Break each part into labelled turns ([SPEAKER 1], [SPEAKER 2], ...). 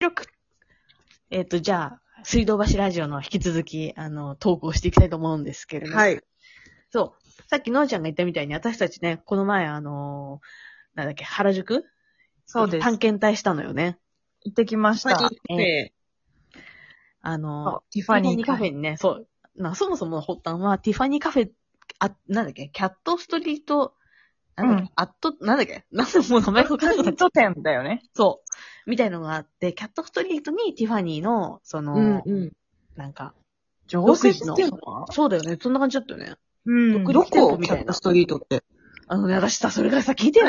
[SPEAKER 1] 力。えっ、と、じゃあ、水道橋ラジオの引き続き、あの、投稿していきたいと思うんですけれども。
[SPEAKER 2] はい。
[SPEAKER 1] そう。さっきのんちゃんが言ったみたいに、私たちね、この前、あのーなんだっけ、原宿
[SPEAKER 2] そうです。
[SPEAKER 1] 探検隊したのよね。
[SPEAKER 2] 行ってきまし
[SPEAKER 1] パ
[SPEAKER 2] た。
[SPEAKER 1] えあの
[SPEAKER 2] ティ
[SPEAKER 1] ー
[SPEAKER 2] ファニー
[SPEAKER 1] カフ
[SPEAKER 2] ェ。
[SPEAKER 1] ェにね、そう。なそもそもの発端は、ティファニーカフェ、あ、なんだっけ、キャットストリート、なんだっけ、
[SPEAKER 2] うん
[SPEAKER 1] アット、なんだっけ、なんだもう名前わかんな
[SPEAKER 2] ヒ
[SPEAKER 1] かっ
[SPEAKER 2] ッ
[SPEAKER 1] た。
[SPEAKER 2] ト店だよね。
[SPEAKER 1] そう。みたいのがあって、キャットストリートにティファニーの、その、
[SPEAKER 2] うん。
[SPEAKER 1] なんか、
[SPEAKER 2] 常
[SPEAKER 1] 設
[SPEAKER 2] 設
[SPEAKER 1] の
[SPEAKER 2] っていうのは
[SPEAKER 1] そうだよね。そんな感じだったよね。
[SPEAKER 2] うん
[SPEAKER 1] 独立店舗み
[SPEAKER 3] キ
[SPEAKER 1] た
[SPEAKER 3] ャ
[SPEAKER 1] い
[SPEAKER 3] ット
[SPEAKER 1] な
[SPEAKER 3] ス。トリートって。
[SPEAKER 1] あのね、私さ、それからさ、聞いてよ。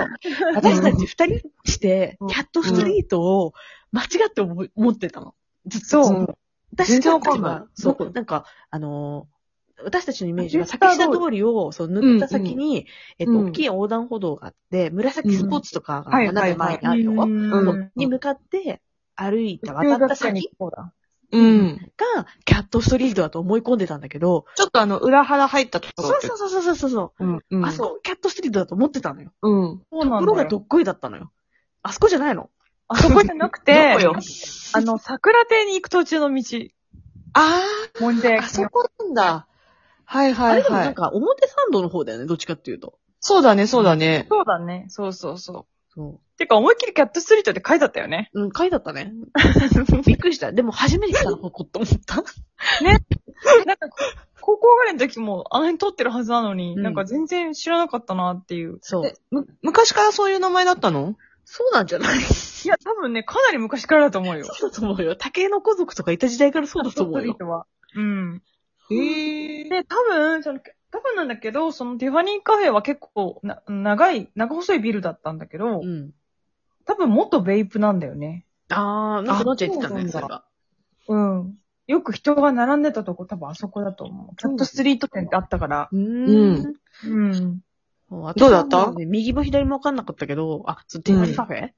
[SPEAKER 1] 私たち二人して
[SPEAKER 3] う、ん
[SPEAKER 1] キャットストリートを間違って思い思ってたの。ずっと。
[SPEAKER 2] そう。
[SPEAKER 1] 私た
[SPEAKER 3] 全然
[SPEAKER 1] ち
[SPEAKER 3] わかんな、
[SPEAKER 1] はいそ
[SPEAKER 3] ど
[SPEAKER 1] う
[SPEAKER 3] こ、
[SPEAKER 1] なんか、あのー私たちのイメージは、
[SPEAKER 2] 竹下
[SPEAKER 1] 先
[SPEAKER 2] 通り
[SPEAKER 1] 下通りを、そう、塗った先に、えっと、
[SPEAKER 3] うん
[SPEAKER 1] 大きい横断歩道があって、紫スポーツとかが
[SPEAKER 3] うん
[SPEAKER 1] 斜め前にあるよ。
[SPEAKER 3] うん
[SPEAKER 1] そうに向かって、歩いた、
[SPEAKER 2] 中
[SPEAKER 1] 渡った
[SPEAKER 2] 学生に
[SPEAKER 1] 先。
[SPEAKER 2] こうだ。
[SPEAKER 3] うん
[SPEAKER 1] が、キャットストリートだと思い込んでたんだけど、
[SPEAKER 3] ちょっとあの、裏腹入ったとこ
[SPEAKER 1] そ
[SPEAKER 3] ろ
[SPEAKER 1] うそうそうそうそうそう。
[SPEAKER 3] う。うん、うん。
[SPEAKER 1] あ、そう、キャットストリートだと思ってたのよ。
[SPEAKER 3] う。うん。
[SPEAKER 2] そう
[SPEAKER 1] と
[SPEAKER 2] な
[SPEAKER 1] こ
[SPEAKER 2] ん
[SPEAKER 1] ろが
[SPEAKER 2] だ
[SPEAKER 1] ど
[SPEAKER 2] よ。
[SPEAKER 1] っこいだったのよ。あそこじゃないの。
[SPEAKER 2] あそこじゃなくて
[SPEAKER 3] どこ、よ
[SPEAKER 2] あの、桜亭に行く途中の道。
[SPEAKER 3] あ
[SPEAKER 2] もんで
[SPEAKER 3] あ、あ、そこなんだ。はい
[SPEAKER 1] あ
[SPEAKER 3] は
[SPEAKER 1] れ
[SPEAKER 3] い
[SPEAKER 1] でも
[SPEAKER 3] は
[SPEAKER 1] なん
[SPEAKER 3] い。
[SPEAKER 1] か表参道の方だよね、どっちかっていうと。
[SPEAKER 3] そうだね、そうだね。
[SPEAKER 2] そうだね。そうそうそ。
[SPEAKER 1] そう
[SPEAKER 2] てか、思いっきりキャットストリートって書いてあったよね。
[SPEAKER 1] う。うん、回だった ね。びっくりした。でも初めて来たの、ここと思った。
[SPEAKER 2] なんか、高校ぐらいの時も、あの辺通ってるはずなのに、
[SPEAKER 1] うん
[SPEAKER 2] なんか全然知らなかったなっていう。
[SPEAKER 1] そう
[SPEAKER 3] え。む、昔からそういう名前だったの
[SPEAKER 1] そうなんじゃない
[SPEAKER 2] いや、多分ね、かなり昔からだと思うよ。
[SPEAKER 1] そうだと思うよ。竹の子族とかいた時代からそうだと思う
[SPEAKER 2] キャットスト
[SPEAKER 1] よ
[SPEAKER 2] リー。トは。うん。
[SPEAKER 3] へえ。
[SPEAKER 2] で、多分、その、多分なんだけど、そのティファニーカフェは結構な、長い、長細いビルだったんだけど、
[SPEAKER 1] うん。
[SPEAKER 2] 多分元ベイプなんだよね。
[SPEAKER 1] あー、なんか
[SPEAKER 3] あ
[SPEAKER 1] のんちゃん言ってたね、そ
[SPEAKER 3] そう
[SPEAKER 1] れ
[SPEAKER 3] なん
[SPEAKER 1] が。
[SPEAKER 2] うん。よく人が並んでたとこ、多分あそこだと思う。キャットストリート店ってあったから。
[SPEAKER 1] うー。
[SPEAKER 3] うん
[SPEAKER 2] うん。
[SPEAKER 1] も
[SPEAKER 3] どうだった
[SPEAKER 1] 私はもね右も左もわかんなかったけど、あ、そうティファニーカフェ、テ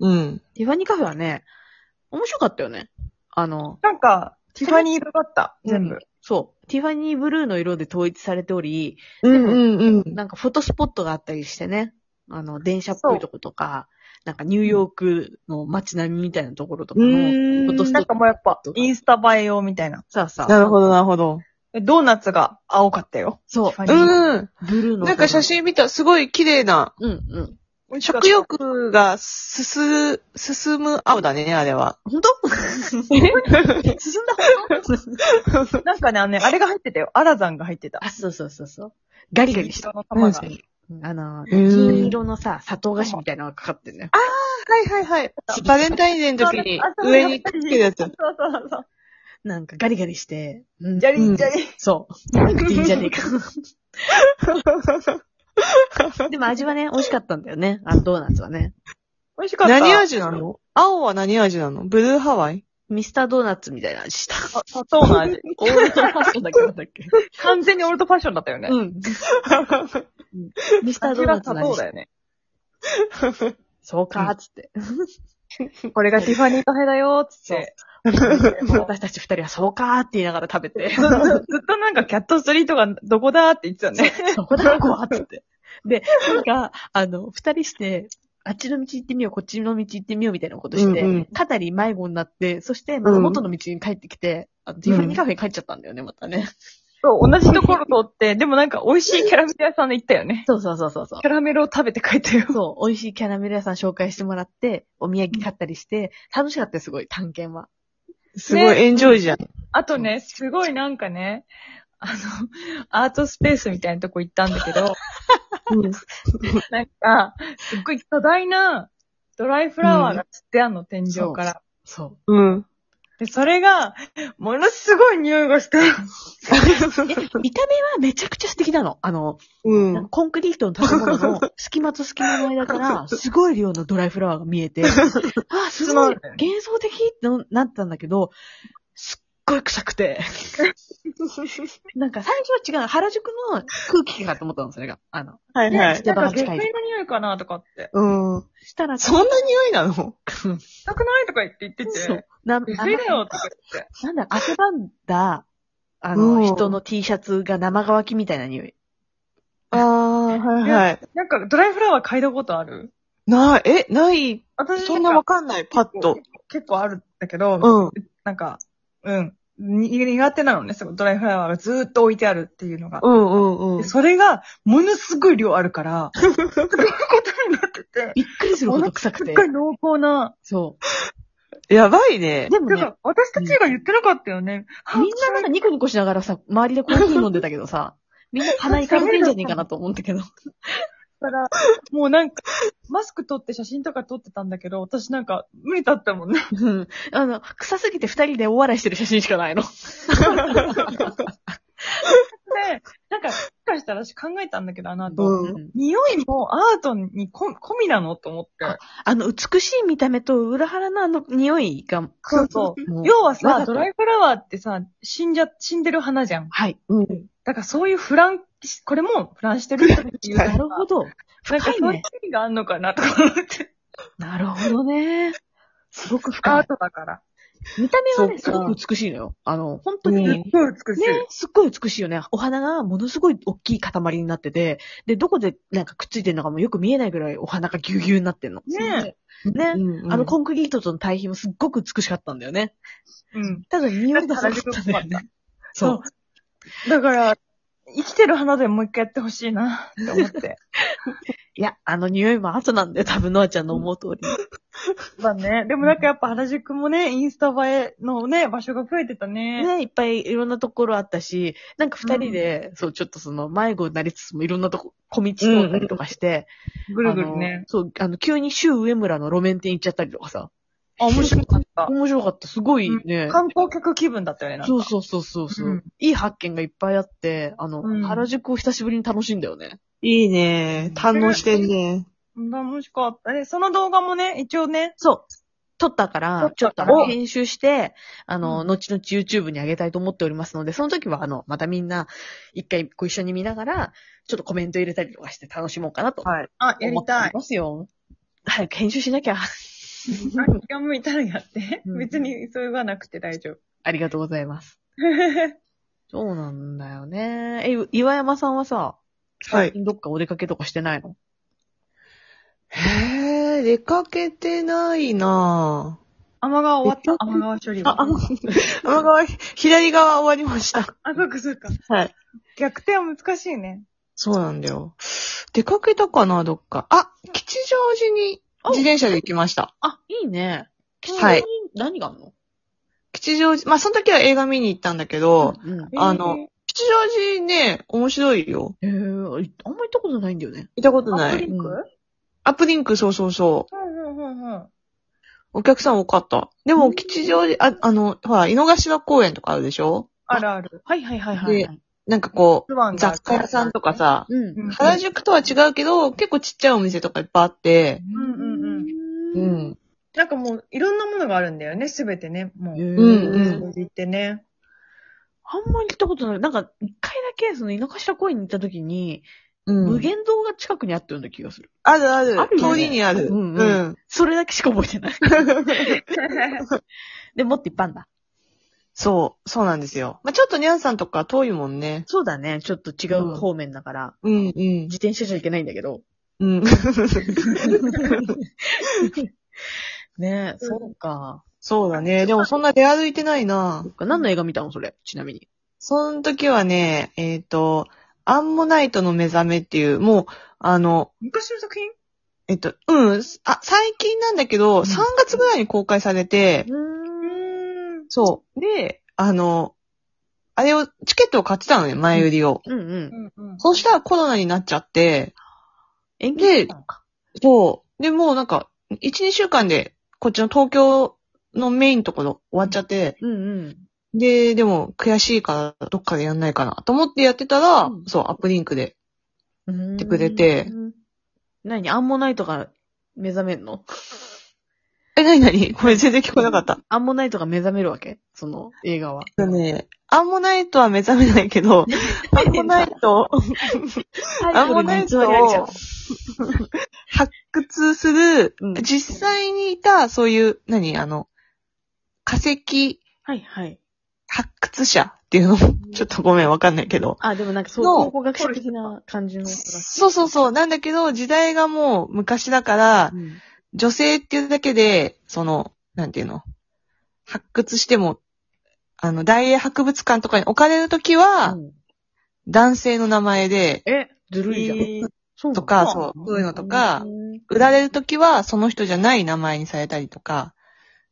[SPEAKER 3] うん。
[SPEAKER 1] ィファニーカフェはね、面白かったよね。あの、
[SPEAKER 2] なんか、ティファニー色だった、全
[SPEAKER 1] う
[SPEAKER 2] 部
[SPEAKER 1] ん。そう。ティファニーブルーの色で統一されており、
[SPEAKER 3] うんうんうん。
[SPEAKER 1] なんかフォトスポットがあったりしてね、あの、電車っぽいとことか、なんかニューヨークの街並みみたいなところとか
[SPEAKER 3] う
[SPEAKER 1] の、
[SPEAKER 3] ん
[SPEAKER 1] フォトス
[SPEAKER 2] なんかもうやっぱ
[SPEAKER 1] どう、だ
[SPEAKER 2] インスタ映え用みたいな。
[SPEAKER 1] さあさ
[SPEAKER 3] なるほど、なるほど。
[SPEAKER 2] でドーナツが青かったよ。
[SPEAKER 1] そう
[SPEAKER 2] ティファニ
[SPEAKER 3] う
[SPEAKER 2] ーの
[SPEAKER 3] ん。
[SPEAKER 1] ブルーの。
[SPEAKER 3] なんか写。真見た、すごい綺麗な。
[SPEAKER 1] うんうん。
[SPEAKER 2] 美味しかった
[SPEAKER 3] 食。欲が進、進む青だね、あれは。
[SPEAKER 1] 本当進んだ方が
[SPEAKER 2] なんかね、あのね、あれが入ってたよ。アラザンが入って た。
[SPEAKER 1] あ、そうそうそうそう。ガリガリし
[SPEAKER 2] 人
[SPEAKER 1] た。
[SPEAKER 2] の玉が。
[SPEAKER 3] はい
[SPEAKER 1] あの、
[SPEAKER 3] へー
[SPEAKER 1] 金色のさ、砂糖菓子みたいなのがかかってんね。
[SPEAKER 3] はいはい。バレンタインデーの時に上につけるやつ
[SPEAKER 2] そう。そうそう。
[SPEAKER 1] なんかガリガリして、うん
[SPEAKER 2] じゃりんじゃり。
[SPEAKER 1] そう。なくていいんじゃねえか。でも味はね、美味しかったんだよね。あのドーナツはね。
[SPEAKER 2] 美味しかった。
[SPEAKER 3] 何味なの青は何味なのブルーハワイ
[SPEAKER 1] ミスタードーナツみたいな味した。
[SPEAKER 2] あ砂糖の 味。
[SPEAKER 1] オールドファッションだっけなんだっけ
[SPEAKER 2] 完全にオールドファッションだったよね。
[SPEAKER 1] うん。ミスタード
[SPEAKER 2] 味
[SPEAKER 1] ーナ
[SPEAKER 2] は
[SPEAKER 1] ツ
[SPEAKER 2] 砂
[SPEAKER 1] の味
[SPEAKER 2] 糖
[SPEAKER 1] し
[SPEAKER 2] だ
[SPEAKER 1] た
[SPEAKER 2] よね。
[SPEAKER 1] そうかーっつって。
[SPEAKER 2] これがティファニーカフェだよーっつって。もう
[SPEAKER 1] 私たち二人はそうかーって言いながら食べて。
[SPEAKER 2] ずっ とずっとなんかキャットストリートがどこだーって言ってたね。
[SPEAKER 1] そこだ、ここはっつって。で、なんか、あの、二人して、あっちの道行ってみよう、こっちの道行ってみようみたいなことして、
[SPEAKER 3] うんうん
[SPEAKER 1] かなり迷子になって、そして、また元の道に帰ってきて、あのティファニーカフェに帰っちゃったんだよね、またね。
[SPEAKER 2] そう、同じところ通って、でもなんか美味しいキャラメル屋さんで行ったよね。
[SPEAKER 1] そうそうそうそうそう
[SPEAKER 2] キ。ャラメルを食べて帰ったよ。
[SPEAKER 1] そう、美味しいキャラメル屋さん紹介してもらって、お土産買ったりして、楽しかったよ、すごい、探検は。
[SPEAKER 3] すごいエンジョイじゃん。
[SPEAKER 2] あとね、すごいなんかね、あの、アートスペースみたいなとこ行ったんだけど、なんか、すっごい巨大なドライフラワーが散ってあんの、天井から。
[SPEAKER 1] そ
[SPEAKER 3] うん。
[SPEAKER 2] で、それが、ものすごい匂いがした。
[SPEAKER 1] う。え、見た目はめちゃくちゃ素敵なの。あの、な
[SPEAKER 3] う
[SPEAKER 1] んか
[SPEAKER 3] ん。
[SPEAKER 1] コンクリートの建物の隙間と隙間の間から、すごい量のドライフラワーが見えて、あー、すごい、幻想的ってなったんだけど、すっごい臭くて、なんか最初は違う、原宿の空気かと思ったんですよ、それが。あの、
[SPEAKER 3] はいはい。
[SPEAKER 2] なんか、下界の匂いかなとかって。
[SPEAKER 3] うん。
[SPEAKER 1] したら、
[SPEAKER 3] そんな匂いなの
[SPEAKER 2] 臭くないとか言って言って
[SPEAKER 1] そう
[SPEAKER 2] て。。
[SPEAKER 1] な、あ
[SPEAKER 2] 下
[SPEAKER 1] の
[SPEAKER 2] 水だよとか言って。
[SPEAKER 1] なんだ、汗ばんだ、あ
[SPEAKER 3] う
[SPEAKER 1] の、
[SPEAKER 3] ん
[SPEAKER 1] 人の T シャツが生乾きみたいな匂い。
[SPEAKER 3] ああ、はいはい。
[SPEAKER 2] なんか、ドライフラワー嗅いだことある
[SPEAKER 3] な、え、ない、
[SPEAKER 2] 私
[SPEAKER 3] そんなわかんない、パッと。
[SPEAKER 2] 結構あるんだけど、
[SPEAKER 1] うん。
[SPEAKER 2] なんか、うん。に苦手なのね、すごいドライフラワーがずーっと置いてあるっていうのが。
[SPEAKER 1] うんうんうん
[SPEAKER 2] で。それが、ものすごい量あ るから、すごいことになってて、
[SPEAKER 1] びっくりするほど臭く
[SPEAKER 2] すってご。い濃厚な。
[SPEAKER 1] そ
[SPEAKER 3] やばいね
[SPEAKER 1] う。。でも
[SPEAKER 2] て
[SPEAKER 1] ね、
[SPEAKER 2] か、私たちが言ってなかったよね。
[SPEAKER 1] みんななんかニコニコしながらさ、周りでコーヒー飲んでたけど さ、みんな鼻いかれてんじゃねえかなと思うんだけど。
[SPEAKER 2] だから、もうなんか、マスク撮って写真とか撮ってたんだけど、私なんか、無理だっ たもんね。
[SPEAKER 1] うん。あの、臭すぎて二人でお笑いしてる写真しかないの。
[SPEAKER 2] で、なんか、もしかしたら私考えたんだけど、あの後、
[SPEAKER 1] うん。
[SPEAKER 2] 匂いもアートにこ込みなのと思って。
[SPEAKER 1] あの、美しい見た目と裏腹のあの匂いが、
[SPEAKER 2] そうそう。
[SPEAKER 1] もう
[SPEAKER 2] 要はさ、
[SPEAKER 1] わ
[SPEAKER 2] ド
[SPEAKER 1] ざと
[SPEAKER 2] ライフラワーってさ、死んじゃ、死んでる花じゃん。
[SPEAKER 1] はい。うん。
[SPEAKER 2] だからそういうフラン、これもフランしてるっていう。
[SPEAKER 1] なるほど。
[SPEAKER 2] なんか
[SPEAKER 1] 深い
[SPEAKER 2] そういう
[SPEAKER 1] ね。
[SPEAKER 2] 意味があんのかなとか思って。
[SPEAKER 1] なるほどね。すごく
[SPEAKER 2] ア
[SPEAKER 1] 深
[SPEAKER 2] ー
[SPEAKER 1] い。
[SPEAKER 2] トだから。
[SPEAKER 1] 見た目はね、
[SPEAKER 3] そ
[SPEAKER 1] す
[SPEAKER 3] っか
[SPEAKER 1] ごく美しいのよ。あの、本当
[SPEAKER 3] う
[SPEAKER 1] に、
[SPEAKER 3] ん
[SPEAKER 2] すっごい美しい。
[SPEAKER 1] ね、すっごい美しいよね。お花がものすごい大きい塊になってて、で、どこでなんかくっついてるのかもよく見えないぐらいお花がぎゅうぎゅうになってんの。
[SPEAKER 2] ね
[SPEAKER 1] ね、
[SPEAKER 3] うんうん
[SPEAKER 1] あのコンクリートとの対比もすっごく美しかったんだよね。
[SPEAKER 2] うん。
[SPEAKER 1] ただ匂いがすごかったんだよね。そう。
[SPEAKER 2] う。だから、生きてる花でもう一回やってほしいな、って思 って。
[SPEAKER 1] いや、あの匂いも後なんだよ。多分、ノアちゃんの思う通り。
[SPEAKER 2] だね。でもなんかやっぱ原宿もね、インスタ映えのね、場所が増えてたね。
[SPEAKER 1] ね、いっぱいいろんなところあったし、なんか二人で、そう、ちょっとその迷子になりつつもいろんなとこ、小道通ったりとかして、
[SPEAKER 2] ぐるぐるね。
[SPEAKER 1] あの。そう、あの、急に周上村の路面店行っちゃったりとかさ。
[SPEAKER 2] あ、面白かった。
[SPEAKER 1] 面白かった。すごいね。
[SPEAKER 2] 観光客気分だったよね、なんか。
[SPEAKER 1] そうそうそうそうそう、
[SPEAKER 2] うん
[SPEAKER 1] いい発見がいっぱいあって、あの、
[SPEAKER 2] うん
[SPEAKER 1] 原宿を久しぶりに楽しんだよね。
[SPEAKER 3] いいね。堪能してんね。
[SPEAKER 2] うん。楽しかった。で、その動画もね、一応ね、
[SPEAKER 1] そう。撮ったから、ち
[SPEAKER 2] 撮
[SPEAKER 1] ょ
[SPEAKER 2] っ
[SPEAKER 1] ったと
[SPEAKER 2] から
[SPEAKER 1] 編集して、あの、
[SPEAKER 2] う
[SPEAKER 1] 後々 YouTube に上げたいと思っておりますので、その時はあの、またみんな、一回ご一緒に見ながら、ちょっとコメント入れたりとかして楽しもうかなと。
[SPEAKER 3] はい。
[SPEAKER 2] あ、やりたい。
[SPEAKER 1] ますよ。早く編集しなきゃ。
[SPEAKER 2] あ気が向いたらやって。
[SPEAKER 1] うん
[SPEAKER 2] 別に急がなくて大丈夫。
[SPEAKER 1] ありがとうございます。 そうなんだよね。え、岩山さんはさ、
[SPEAKER 3] は
[SPEAKER 1] 最
[SPEAKER 3] い。
[SPEAKER 1] 近どっかお出かけとかしてないの
[SPEAKER 3] へえ、出かけてないなぁ。
[SPEAKER 2] 甘川終わった甘川処理は。
[SPEAKER 3] あ、あの、あ側、左側終わりました。
[SPEAKER 2] あ、そうかそうか。
[SPEAKER 3] はい。
[SPEAKER 2] 逆転は難しいね。
[SPEAKER 3] そうなんだよ。出かけたかな、どっか。あ、吉祥寺に自転車で行きました。
[SPEAKER 1] あ、いいね。吉祥
[SPEAKER 3] は
[SPEAKER 1] 寺
[SPEAKER 3] い
[SPEAKER 1] に何があるの、
[SPEAKER 3] 吉祥寺、まあ、その時は映画見に行ったんだけど、
[SPEAKER 1] うん。
[SPEAKER 3] あの吉祥寺ね、面白いよ。
[SPEAKER 1] えー、いあんま行ったことないんだよね。
[SPEAKER 3] 行ったこと
[SPEAKER 2] ア
[SPEAKER 3] な
[SPEAKER 2] ップリ
[SPEAKER 3] い。
[SPEAKER 2] ンク
[SPEAKER 1] うん
[SPEAKER 3] アップリンク、そうそうそう。
[SPEAKER 2] うんうんうんうん。
[SPEAKER 3] お客さん多かった。でも、吉祥寺、あ、あの、ほら、井の頭公園とかあるでしょ
[SPEAKER 2] あるある。
[SPEAKER 1] はいはいはい
[SPEAKER 3] はいなんかこ
[SPEAKER 2] スワ
[SPEAKER 3] う、
[SPEAKER 2] ンが
[SPEAKER 3] 雑貨屋さんとか。さ、
[SPEAKER 1] うん。
[SPEAKER 2] うん
[SPEAKER 3] 原宿とは違うけど、結構ちっちゃいお店とかいっぱいあって、
[SPEAKER 2] うんうんうん
[SPEAKER 3] う
[SPEAKER 1] うん。
[SPEAKER 3] ん。
[SPEAKER 2] なんかもう、いろんなものがあるんだよね、すべてね。もう。
[SPEAKER 1] うん
[SPEAKER 3] うん
[SPEAKER 2] うん。それで言ってね。
[SPEAKER 1] あんまり行ったことない。なんか、一回だけ、その、井の頭公園に行った時に、
[SPEAKER 3] うん。
[SPEAKER 1] 無限堂が近くにあったような気がする。
[SPEAKER 3] あるある。
[SPEAKER 1] あるよね
[SPEAKER 3] 通りにある。
[SPEAKER 1] うんうん
[SPEAKER 3] うん。
[SPEAKER 1] それだけしか覚えて ない。で、もっといっぱいあんだ。
[SPEAKER 3] そう、そうなんですよ。まあ、ちょっとニャンさんとか遠いもんね。
[SPEAKER 1] そうだね。ちょっと違う方面だから、
[SPEAKER 3] うん、うん。
[SPEAKER 1] 自転車じゃいけないんだけど。
[SPEAKER 3] うん。
[SPEAKER 1] ねえ、そうか。
[SPEAKER 3] そうだね。でもそんな出歩いてないな
[SPEAKER 1] そっ。か何の映画見たのそれ、ちなみに。
[SPEAKER 3] その時はね、えっ、と、アンモナイトの目覚めっていう、もう、あの、
[SPEAKER 2] 昔の作品
[SPEAKER 3] えっと、うん、あ、最近なんだけど、3月ぐらいに公開されて、
[SPEAKER 2] うん。
[SPEAKER 3] そう。で、あの、あれを、チケットを買ってたのね、前売りを。
[SPEAKER 1] うんうん。
[SPEAKER 2] うんうん。
[SPEAKER 3] そうしたらコロナになっちゃって、
[SPEAKER 1] 演劇だったのか。
[SPEAKER 3] そう。で、もうなんか、1、2週間で、こっちの東京のメインところ終わっちゃって、
[SPEAKER 1] うんうん。
[SPEAKER 3] で、でも悔しいから、どっかでやんないかな、と思ってやってたら、
[SPEAKER 1] うん
[SPEAKER 3] そう、アップリンクで。
[SPEAKER 1] 言
[SPEAKER 3] てくれて。
[SPEAKER 1] 何アンモナイトが目覚めんの
[SPEAKER 3] え、なになにこれ全然聞こえなかった。
[SPEAKER 1] アンモナイトが目覚めるわけその映画は。
[SPEAKER 3] えっとね、アンモナイトは目覚めないけ ど、アンモナイ ト、アンモナイトを発掘する、
[SPEAKER 1] うん
[SPEAKER 3] 実際にいた、そういう、何、あの、化石
[SPEAKER 1] はいはい。
[SPEAKER 3] 発掘者っていうのちょっとごめん、わかんないけど。
[SPEAKER 1] あ、でもなんかそう、
[SPEAKER 3] の
[SPEAKER 1] 考古学者的な感じの。
[SPEAKER 3] そうそうそう、なんだけど、時代がもう昔だから、
[SPEAKER 1] うん
[SPEAKER 3] 女性っていうだけで、その、なんていうの発掘しても、あの、大英博物館とかに置かれるときは、
[SPEAKER 1] うん
[SPEAKER 3] 男性の名前で、
[SPEAKER 1] え、ずるいじゃん。そう
[SPEAKER 3] とかそうそういうのとか売られるときはその人じゃない名前にされたりとか、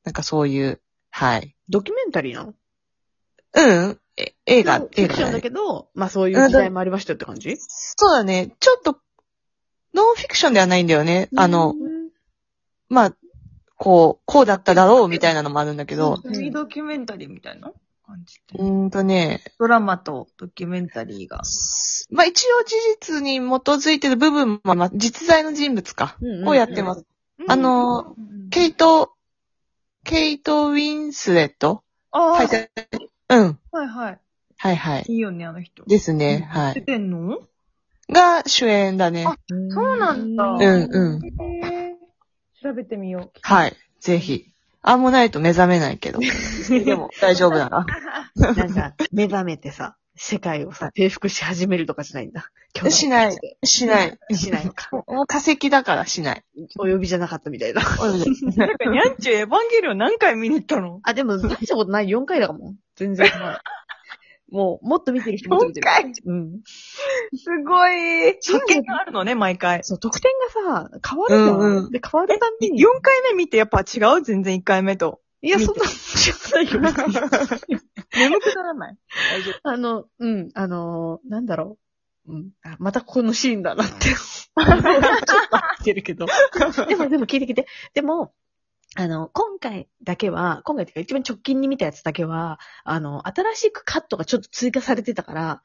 [SPEAKER 3] なんかそういう、はい。
[SPEAKER 1] ドキュメンタリーなの
[SPEAKER 3] うん、え映画、
[SPEAKER 1] フ
[SPEAKER 3] 映
[SPEAKER 1] ィ
[SPEAKER 3] 画
[SPEAKER 1] ク
[SPEAKER 3] じ
[SPEAKER 1] ショ
[SPEAKER 3] ゃな
[SPEAKER 1] ン
[SPEAKER 3] い
[SPEAKER 1] だけど、まあそういう時代もありましたよって感じ
[SPEAKER 3] そうだね。ちょっと、ノンフィクションではないんだよね。あの、、まあ、こう、こうだっただろうみたいなのもあるんだけど、
[SPEAKER 2] フリードキュメンタリーみたいな感じで
[SPEAKER 3] うーんとね、
[SPEAKER 2] ドラマとドキュメンタリーが。
[SPEAKER 3] まあ一応事実に基づいてる部分も、まあ実在の人物か、
[SPEAKER 1] うんうん
[SPEAKER 3] をやってます。あの
[SPEAKER 2] うん、
[SPEAKER 3] ケイト、ケイト・ウィンスレット
[SPEAKER 2] あ
[SPEAKER 3] は
[SPEAKER 2] ー
[SPEAKER 3] い、うん。
[SPEAKER 2] はいはい。
[SPEAKER 3] はいはい。
[SPEAKER 2] いいよね、あの人。
[SPEAKER 3] ですね。は
[SPEAKER 2] 出
[SPEAKER 3] い。
[SPEAKER 2] てんの
[SPEAKER 3] が主演だね
[SPEAKER 2] あ。そうなんだ。。
[SPEAKER 3] うんうん
[SPEAKER 2] へー調べてみよう。
[SPEAKER 3] はい。ぜひ。アンモナイト目覚めないけど。 でも大丈夫だな。
[SPEAKER 1] な んか、目覚めてさ、世界をさ、征服し始めるとかしないんだ。
[SPEAKER 3] しない。しない。
[SPEAKER 1] しないのか。
[SPEAKER 3] もう化石だからし ない。
[SPEAKER 1] お呼びじゃなかったみたいな。
[SPEAKER 2] なんか、にゃんちゅうエヴァンゲリオン何回見に行ったの
[SPEAKER 1] あ、で も、大したことない。4回だかも。全然。はいもう、もっと見てる人もっと見てる。
[SPEAKER 2] 回
[SPEAKER 1] うん。
[SPEAKER 2] すごい。発見があるのね、毎回。
[SPEAKER 1] そう、得点がさ、変わるじゃん。
[SPEAKER 3] うんうん
[SPEAKER 1] で、変わるたんびに。
[SPEAKER 2] 4回目見てやっぱ違う全然1回目と。
[SPEAKER 1] いや、 そんな、知らないよ。
[SPEAKER 2] 眠くならない大丈夫。
[SPEAKER 1] あの、うん、あのーなんだろう。うん。あまたここのシーンだなって。
[SPEAKER 3] 来てるけど。
[SPEAKER 1] でも、でも聞いてきて。でも、あの、今回だけは、今回っていうか一番直近に見たやつだけは、あの、新しくカットがちょっと追加されてたから、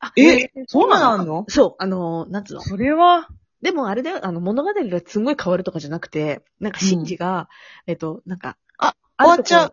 [SPEAKER 1] あ、
[SPEAKER 3] え、そうなんの
[SPEAKER 1] そう、あの、なんつうの。
[SPEAKER 2] それは、
[SPEAKER 1] でもあれだよ、あの、物語がすんごい変わるとかじゃなくて、なんかシンジが、えっと、なんか、
[SPEAKER 3] 終わっちゃう。